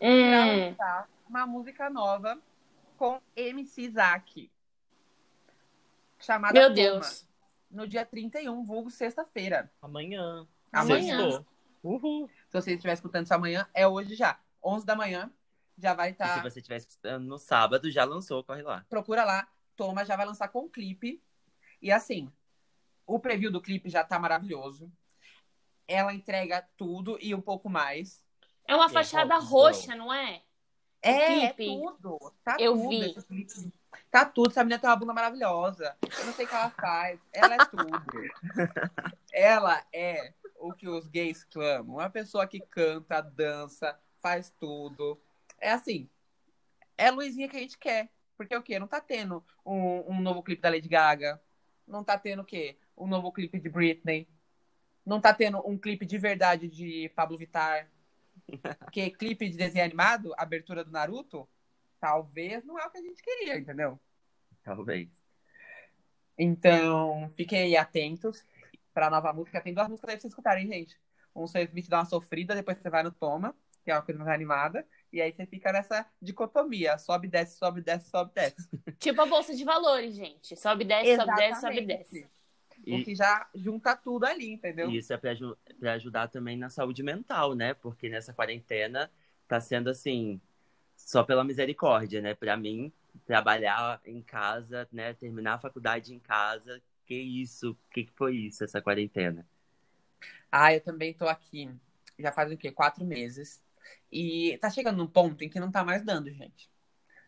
hum. lançar uma música nova com MC Zack. Chamada Meu Toma, Deus. No dia 31, vulgo sexta-feira. Amanhã. Amanhã. Sextou. Uhul. Se você estiver escutando isso amanhã, é hoje já. 11 da manhã, já vai tá E estar. se você estiver escutando no sábado, já lançou, corre lá. procura lá, toma, já vai lançar com o clipe. E assim, o preview do clipe já tá maravilhoso. Ela entrega tudo e um pouco mais. É uma É, fachada óbvio. roxa, não é? É, é clipe. tudo. Tá Eu tudo vi. esse clipe. Tá tudo. Essa menina tem uma bunda maravilhosa. Eu não sei o que ela faz. Ela é tudo. ela é o que os gays clamam. É Uma pessoa que canta, dança, faz tudo. É assim. É a Luizinha que a gente quer. Porque o quê? Não tá tendo um, um novo clipe da Lady Gaga. Não tá tendo o quê? Um novo clipe de Britney. Não tá tendo um clipe de verdade de Pablo Vittar. Porque clipe de desenho animado, abertura do Naruto, talvez não é o que a gente queria, entendeu? Talvez. Então, fiquem aí atentos pra nova música. Tem duas músicas aí pra vocês escutarem, gente. Um você Smith dá uma sofrida, depois você vai no Toma, que é uma coisa mais animada. E aí você fica nessa dicotomia. Sobe, desce, sobe, desce, sobe, desce. Tipo a bolsa de valores, gente. É, Sobe, desce, sobe, desce, sobe, Exatamente. desce. O que já junta tudo ali, entendeu? E isso é para ajudar também na saúde mental, né? Porque nessa quarentena tá sendo assim, só pela misericórdia, né? Para mim, trabalhar em casa, né? Terminar a faculdade em casa, que isso? Que que foi isso, essa quarentena? Ah, eu também tô aqui. Já faz o quê? Quatro meses. E tá chegando num ponto em que não tá mais dando, gente.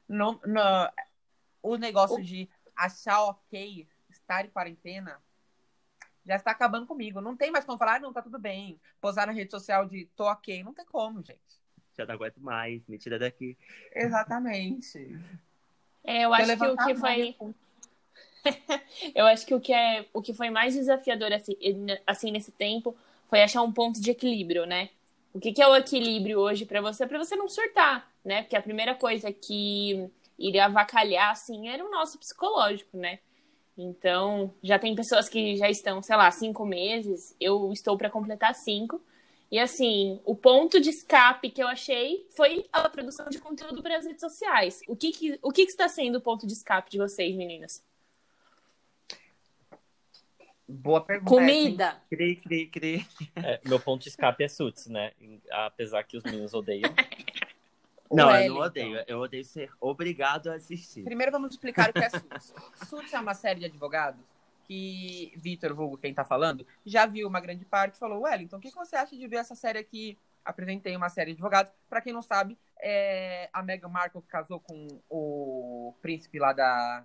Não, não- o negócio de achar ok estar em quarentena já está acabando comigo. Não tem mais como falar, ah, não, tá tudo bem. Posar na rede social de tô ok. Não tem como, gente. Já não aguento mais, me tira daqui. Exatamente. É, eu Quer acho que o levantar que a mão, foi. eu acho que o que, é, o que foi mais desafiador assim, eh, assim nesse tempo foi achar um ponto de equilíbrio, né? O que, que é o equilíbrio hoje pra você? Pra você não surtar, né? Porque a primeira coisa que iria avacalhar, assim, era o nosso psicológico, né? Então, já tem pessoas que já estão, sei lá, cinco meses. Eu estou pra completar cinco. E assim, o ponto de escape que eu achei foi a produção de conteúdo para as redes sociais. O que, que- o que, que está sendo o ponto de escape de vocês, meninas? Boa pergunta. Comida. Cri, cri, cri. É, meu ponto de escape é suits, né? Apesar que os meninos odeiam. O então. Não, eu Wellington. não odeio. Eu odeio ser obrigado a assistir. Primeiro vamos explicar o que é SUS. SUS é uma série de advogados que Vitor Vulgo, quem tá falando, já viu uma grande parte e falou: Wellington, o que que você acha de ver essa série aqui? Apresentei uma série de advogados. Pra quem não sabe, é, a Meghan Markle que casou com o príncipe lá da,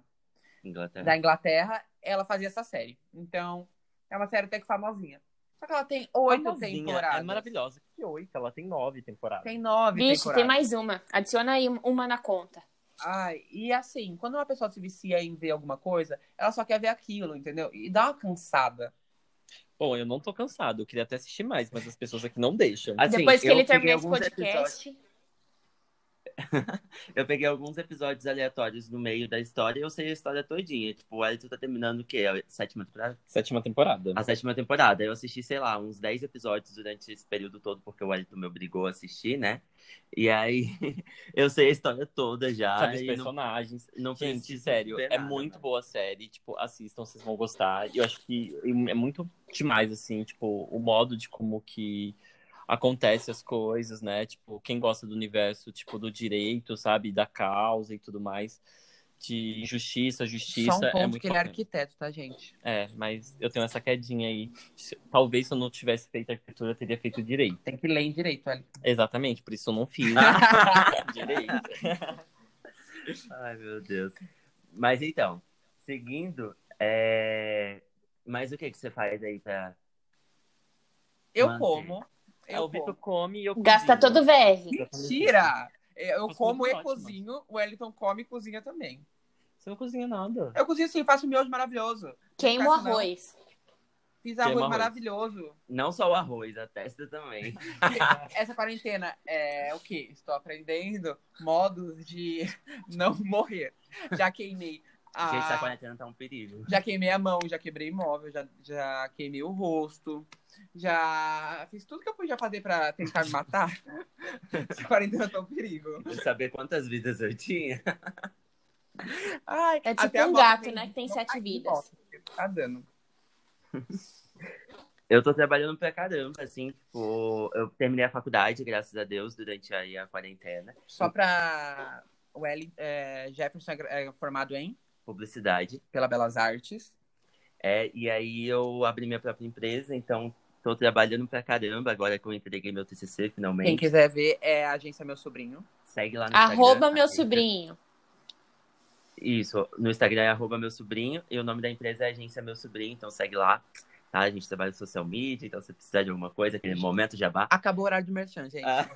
É. Inglaterra. da Inglaterra, ela fazia essa série. Então, é uma série até que famosinha. Só que ela tem oito Famosinha, temporadas. É maravilhosa. Que oito, ela tem nove temporadas. Tem nove Vixe, temporadas. tem mais uma. Adiciona aí uma na conta. Ai, e assim, quando uma pessoa se vicia em ver alguma coisa, ela só quer ver aquilo, entendeu? E dá uma cansada. Bom, eu não tô cansado, eu queria até assistir mais, mas as pessoas aqui não deixam. Assim, Depois que eu ele peguei terminar esse alguns episódios- podcast. Eu peguei alguns episódios aleatórios no meio da história e eu sei a história todinha. Tipo, o Elton tá terminando o quê? A sétima temporada? Sétima temporada. A sétima temporada. Eu assisti, sei lá, uns 10 episódios durante esse período todo, porque o Elton me obrigou a assistir, né? E aí, eu sei a história toda já. Sabe, os e não, personagens. não Gente, preciso sério, ver é nada, muito né? boa a série. Tipo, assistam, vocês vão gostar. Eu acho que é muito demais, assim, tipo, o modo de como que acontece as coisas, né? Tipo, quem gosta do universo, tipo, do direito, sabe? Da causa e tudo mais. De injustiça, justiça. só um ponto é muito que ele é bacana. arquiteto, tá, gente? É, mas eu tenho essa quedinha aí. Se- Talvez se eu não tivesse feito arquitetura, eu teria feito direito. Tem que ler em direito, ali. Exatamente, por isso eu não fiz direito. Ai, meu Deus. Mas então, seguindo, é... mas o que, que você faz aí pra. Eu Mantém. como. É, Eu o Vitor como. come e eu Gasta cozinho. todo o VR. Mentira! Eu Nossa, como muito e ótimo. cozinho, o Wellington come e cozinha também. Você não cozinha nada. Eu cozinho sim, faço miojo maravilhoso. Queima o Gasta não. arroz. Fiz Queima arroz arroz. maravilhoso. Não só o arroz, a testa também. Essa quarentena é o quê? Estou aprendendo modos de não morrer. Já queimei Ah. a... Gente, essa quarentena tá um perigo. Já queimei a mão, já quebrei móvel, já, já queimei o rosto, já fiz tudo que eu podia fazer pra tentar me matar. Essa quarentena tá um perigo. Vou saber quantas vidas eu tinha. Ai, É até tipo a um moto gato, tem- né? Que tem não sete cai de vidas. moto, Tá dando. Eu tô trabalhando pra caramba, assim, tipo, eu terminei a faculdade, graças a Deus, durante aí a quarentena, Só pra. O L, é, Jefferson é gra- é formado em? publicidade. Pela Belas Artes. É, e aí eu abri minha própria empresa, então tô trabalhando pra caramba agora que eu entreguei meu TCC finalmente. Quem quiser ver é a agência Meu Sobrinho. Segue lá no Arroba Instagram. meu Agência- sobrinho. Isso, no Instagram é arroba meu sobrinho e o nome da empresa é Agência Meu Sobrinho, então segue lá. Tá? A gente trabalha em social media, então se precisar de alguma coisa, aquele momento jabá. Acabou o horário do merchan, gente. Ah.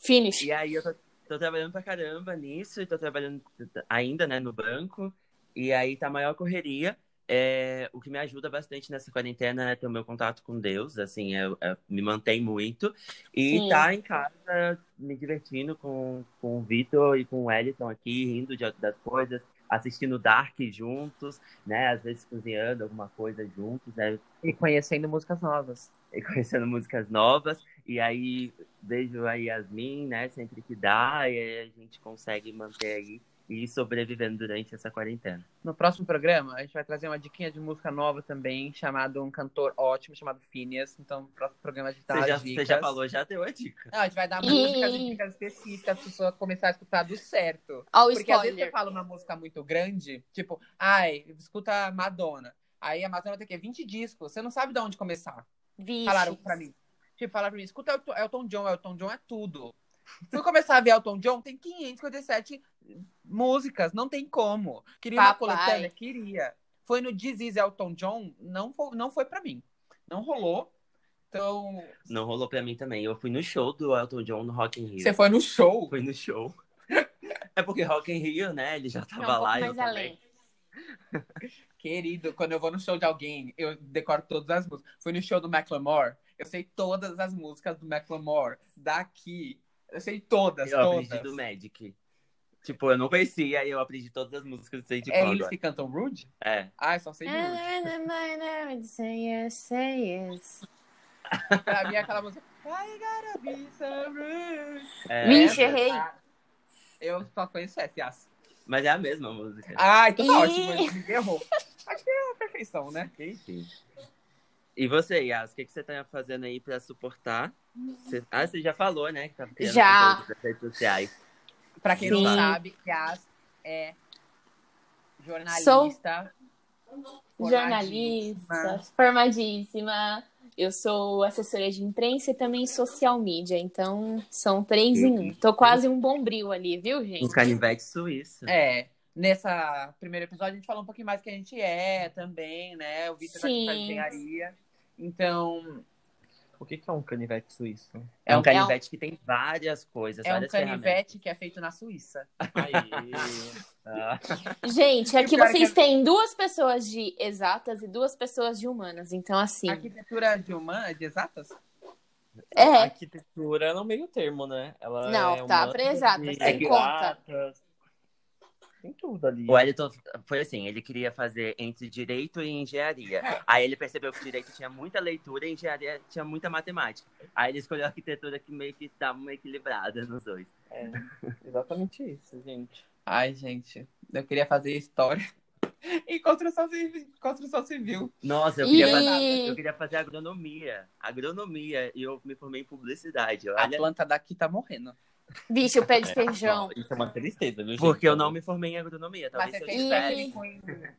Finish. E aí eu tô, tô trabalhando pra caramba nisso, e tô trabalhando ainda, né, no banco. E aí tá a maior correria. É, o que me ajuda bastante nessa quarentena é ter o meu contato com Deus, assim, eu, eu me mantém muito. E Sim. tá em casa me divertindo com, com o Vitor e com o Eliton aqui, rindo de, das coisas, assistindo Dark juntos, né? Às vezes cozinhando alguma coisa juntos, né? E conhecendo músicas novas. e conhecendo músicas novas. E aí vejo a Yasmin, né? Sempre que dá, e aí a gente consegue manter aí e ir sobrevivendo durante essa quarentena. No próximo programa, a gente vai trazer uma diquinha de música nova também, chamado um cantor ótimo, chamado Phineas. Então, no próximo programa a gente dá Você já, as você dicas. já falou, já deu a dica. Não, a gente vai dar Ih. músicas e dicas específicas pra pessoa começar a escutar do certo. Ó, o Porque às vezes você spoiler. fala uma música muito grande, tipo, ai, escuta Madonna. Aí a Madonna tem o quê? 20 discos. Você não sabe de onde começar. Vixe. Falaram pra mim. Tipo, falaram pra mim, escuta Elton- Elton John. Elton John é tudo. Se eu começar a ver Elton John, tem 557 músicas. Não tem como. Queria uma Papai. coletânea? Queria. Foi no This Is Elton John? Não foi, não foi pra mim. Não rolou. Então, Não rolou pra mim também. Eu fui no show do Elton John no Rock in Rio. você foi no show. Fui no show. é porque Rock in Rio, né? Ele já Não, tava um pouco lá. eu mais também. além. Querido, quando eu vou no show de alguém, eu decoro todas as músicas. Fui no show do Macklemore, eu sei todas as músicas do Macklemore. Daqui, eu sei todas, Eu todas. aprendi do Magic. Tipo, eu não conhecia, aí eu aprendi todas as músicas sei de É cor eles agora. que cantam Rude? É. Ah, eu só sei de Rude. Vixe, Pra mim é aquela música... I gotta be so rude. é errei. Eu só conheço essa, Yas. Mas é a mesma música. Ah, então tá Ih. ótimo, ninguém errou. Acho que é a perfeição, né? Entendi. E você, Yas, o que, que você tá fazendo aí pra suportar? Você- Ah, você já falou, né? Que tá tendo Já. conteúdo das redes sociais. Pra quem Sim. não sabe, Yas é jornalista. Jornalista, formadíssima. formadíssima, Eu sou assessora de imprensa e também social media, então são três em Uhum. um. Tô quase um bombril ali, viu, Um gente? canivete suíço. É. Nessa primeiro episódio, a gente falou um pouquinho mais que a gente é também, né? O Vitor vai Sim. pra engenharia. Então, O que que é um canivete suíço? É é um um- canivete que tem várias coisas, é um várias ferramentas. canivete que é feito na Suíça. Ah, Gente, E o aqui pior é vocês que- têm duas pessoas de exatas e duas pessoas de humanas, então assim. Arquitetura de humana, de exatas? A tá. É, arquitetura ela é um meio termo, né? Ela Não, é tá, humanas pra exatas, e é que- exatas. Tem tudo ali. O Wellington foi assim, ele queria fazer entre direito e engenharia. Aí ele percebeu que direito tinha muita leitura e engenharia tinha muita matemática. Aí ele escolheu a arquitetura que meio que dá uma equilibrada nos dois. Exatamente isso, gente. Ai, gente, eu queria fazer história e construção civil. Construção civil. Nossa, eu Ih! queria, fazer, eu queria fazer agronomia. Agronomia. E eu me formei em publicidade. A Olha, planta daqui tá morrendo. tá. bicho, o pé de feijão. Não, Isso é uma tristeza, viu, gente? porque eu não me formei em agronomia. tá? é Mas Talvez você se fez eu Ih. tivesse. técnico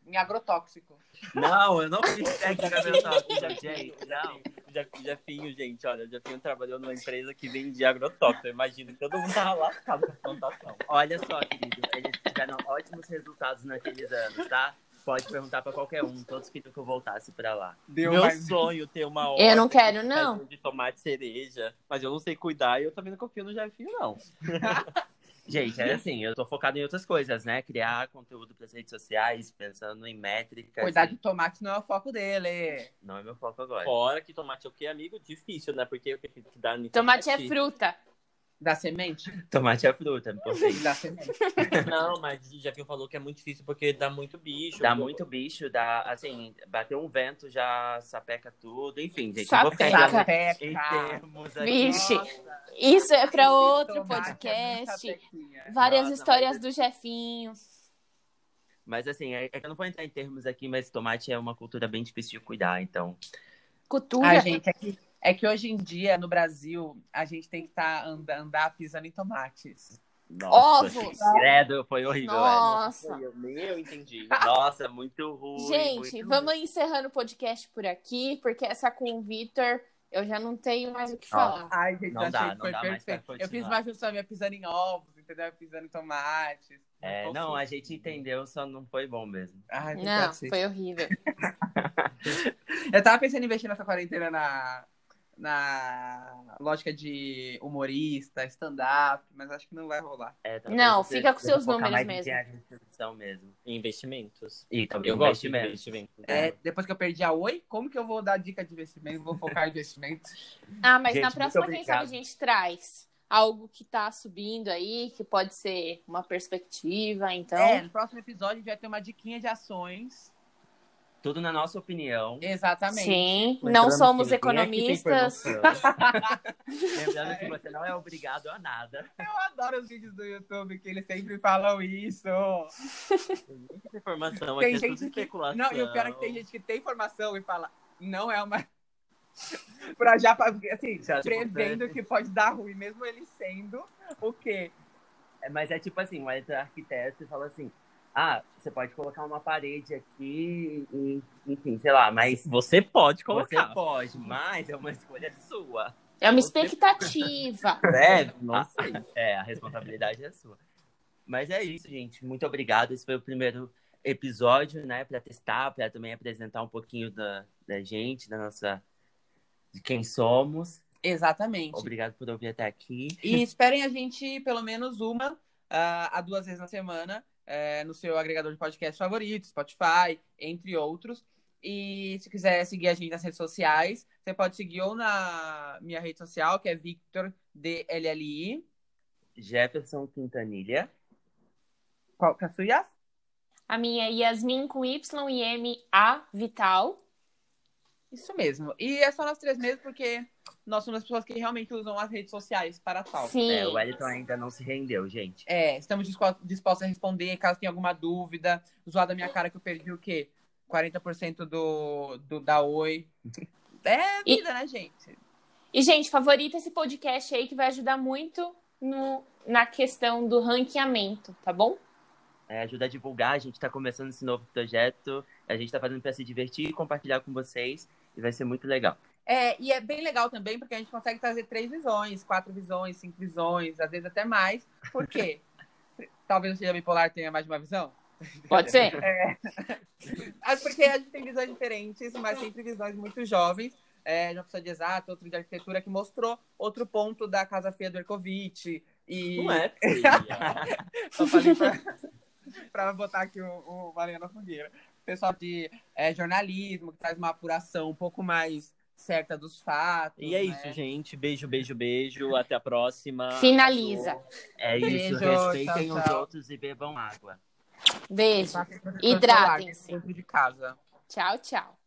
em, em agrotóxico. Não, eu não fiz técnica mental. gente, não. O Ja- o Jefinho, gente, olha, o Jefinho um trabalhou numa empresa que vendia agrotóxico. Eu imagino que todo mundo tava lascado com a plantação. Olha só, querido, eles tiveram ótimos resultados naqueles anos, tá? Pode perguntar pra qualquer um, todos queriam que eu voltasse pra lá. Deu, É Meu mas... sonho ter uma horta um Eu não quero, não. de tomate cereja, mas eu não sei cuidar e eu também não confio no Jefinho, não. Gente, é assim, eu tô focado em outras coisas, né? Criar conteúdo pras redes sociais, pensando em métricas. Cuidar de tomate não é o foco dele. Não é meu foco agora. Fora que tomate é o que, amigo? Difícil, né? Porque o que que dá em Tomate é fruta. Da semente? Tomate é fruta, por favor. Da semente. Não, mas o Jefinho falou que é muito difícil porque dá muito bicho. Dá muito bicho, dá, assim, bateu um vento, já sapeca tudo, enfim, gente. Eu vou ficar Sapeca. entrando em Sapeca. termos tá aqui. Vixe. Nossa, Isso é pra outro Tomate podcast. é muita pequinha. Várias Nossa, histórias mas- do Jefinho. Mas assim, é, é que eu não vou entrar em termos aqui, mas tomate é uma cultura bem difícil de cuidar, então. Cultura. Ai, gente, é que, é que hoje em dia, no Brasil, a gente tem que tá andar, andar pisando em tomates. Nossa, Ovos. credo, foi horrível. essa. Nossa. Eu, nem eu entendi. Nossa, muito ruim. Gente, muito vamos encerrando o podcast por aqui, porque essa com o Vitor eu já não tenho mais o que Ó. falar. Ai, gente, Não eu achei dá, que não foi dá mais pra perfeito. Eu fiz continuar. uma justa minha pisando em ovos, entendeu? Pisando em tomates. ruim. É, Não não, consigo. a gente entendeu, só não foi bom mesmo. Ai, que Não, cacete. foi horrível. Eu tava pensando em investir nessa quarentena na, na lógica de humorista, stand-up, mas acho que não vai rolar. É, Não, fica com seus focar números mais mesmo. Em viagem de produção mesmo. Investimentos. E também Eu gosto de investimento. investimentos. É, depois que eu perdi a Oi, como que eu vou dar dica de investimento? Vou focar em investimento? Ah, mas Gente, na muito próxima, quem sabe a obrigado. gente traz algo que tá subindo aí, que pode ser uma perspectiva, então. É, no próximo episódio a gente vai ter uma diquinha de ações. Tudo na nossa opinião. Exatamente. Sim, Lembrando não somos que ninguém aqui tem economistas. informação. Lembrando que você não é obrigado a nada. Eu adoro os vídeos do YouTube que eles sempre falam isso. Essa informação Tem aqui é gente tudo que- especulação. Não, e o pior é que tem gente que tem informação e fala, não é uma. pra já, pra- assim, Já te prevendo acontece. que pode dar ruim, mesmo ele sendo o quê? É, Mas é tipo assim, o Wellington é arquiteto e fala assim, ah, você pode colocar uma parede aqui, e, enfim, sei lá, mas Você pode você colocar. pode, mas é uma escolha sua. É uma expectativa. É, Não sei. É, a responsabilidade é sua. Mas é isso, gente. Muito obrigado. Esse foi o primeiro episódio, né? Para testar, para também apresentar um pouquinho da, da gente, da nossa. de quem somos. Exatamente. Obrigado por ouvir até aqui. E esperem a gente pelo menos uma ah, a duas vezes na semana eh, no seu agregador de podcast favorito, Spotify, entre outros. E se quiser seguir a gente nas redes sociais, você pode seguir ou na minha rede social, que é Victor DLLI. Jefferson Quintanilha. Qual que é a sua? A minha é Yasmin com Y e M A Vital. Isso mesmo. E é só nós três mesmo, porque nós somos as pessoas que realmente usam as redes sociais para tal. Sim. É, o Wellington ainda não se rendeu, gente. É, estamos dispo- dispostos a responder caso tenha alguma dúvida. Zoar da minha cara que eu perdi o quê? 40% do, do da Oi. É E- vida, né, gente? E, gente, favorita esse podcast aí que vai ajudar muito no- na questão do ranqueamento, tá bom? É, ajuda a divulgar. A gente está começando tá esse novo projeto. A gente está fazendo para se divertir e compartilhar com vocês. E vai ser muito legal. É, e é bem legal também, porque a gente consegue trazer três visões, quatro visões, cinco visões, às vezes até mais. Por quê? Talvez o seja bipolar tenha mais de uma visão. Pode ser. Ah, Porque a gente tem visões diferentes, mas sempre visões muito jovens. É, de uma pessoa de exato, outro de arquitetura, que mostrou outro ponto da Casa Feia do Ercovitch. E... Não é, filha. Só falei pra, pra botar aqui o, o Valença na fogueira. Pessoal de é, jornalismo, que traz uma apuração um pouco mais certa dos fatos. E é né? isso, gente. Beijo, beijo, beijo. Até a próxima. Finaliza. É isso, Beijo, respeitem tchau, os tchau. outros e bebam água. Beijo. Façam protetor solar, Hidratem-se. dentro de casa. Tchau, tchau.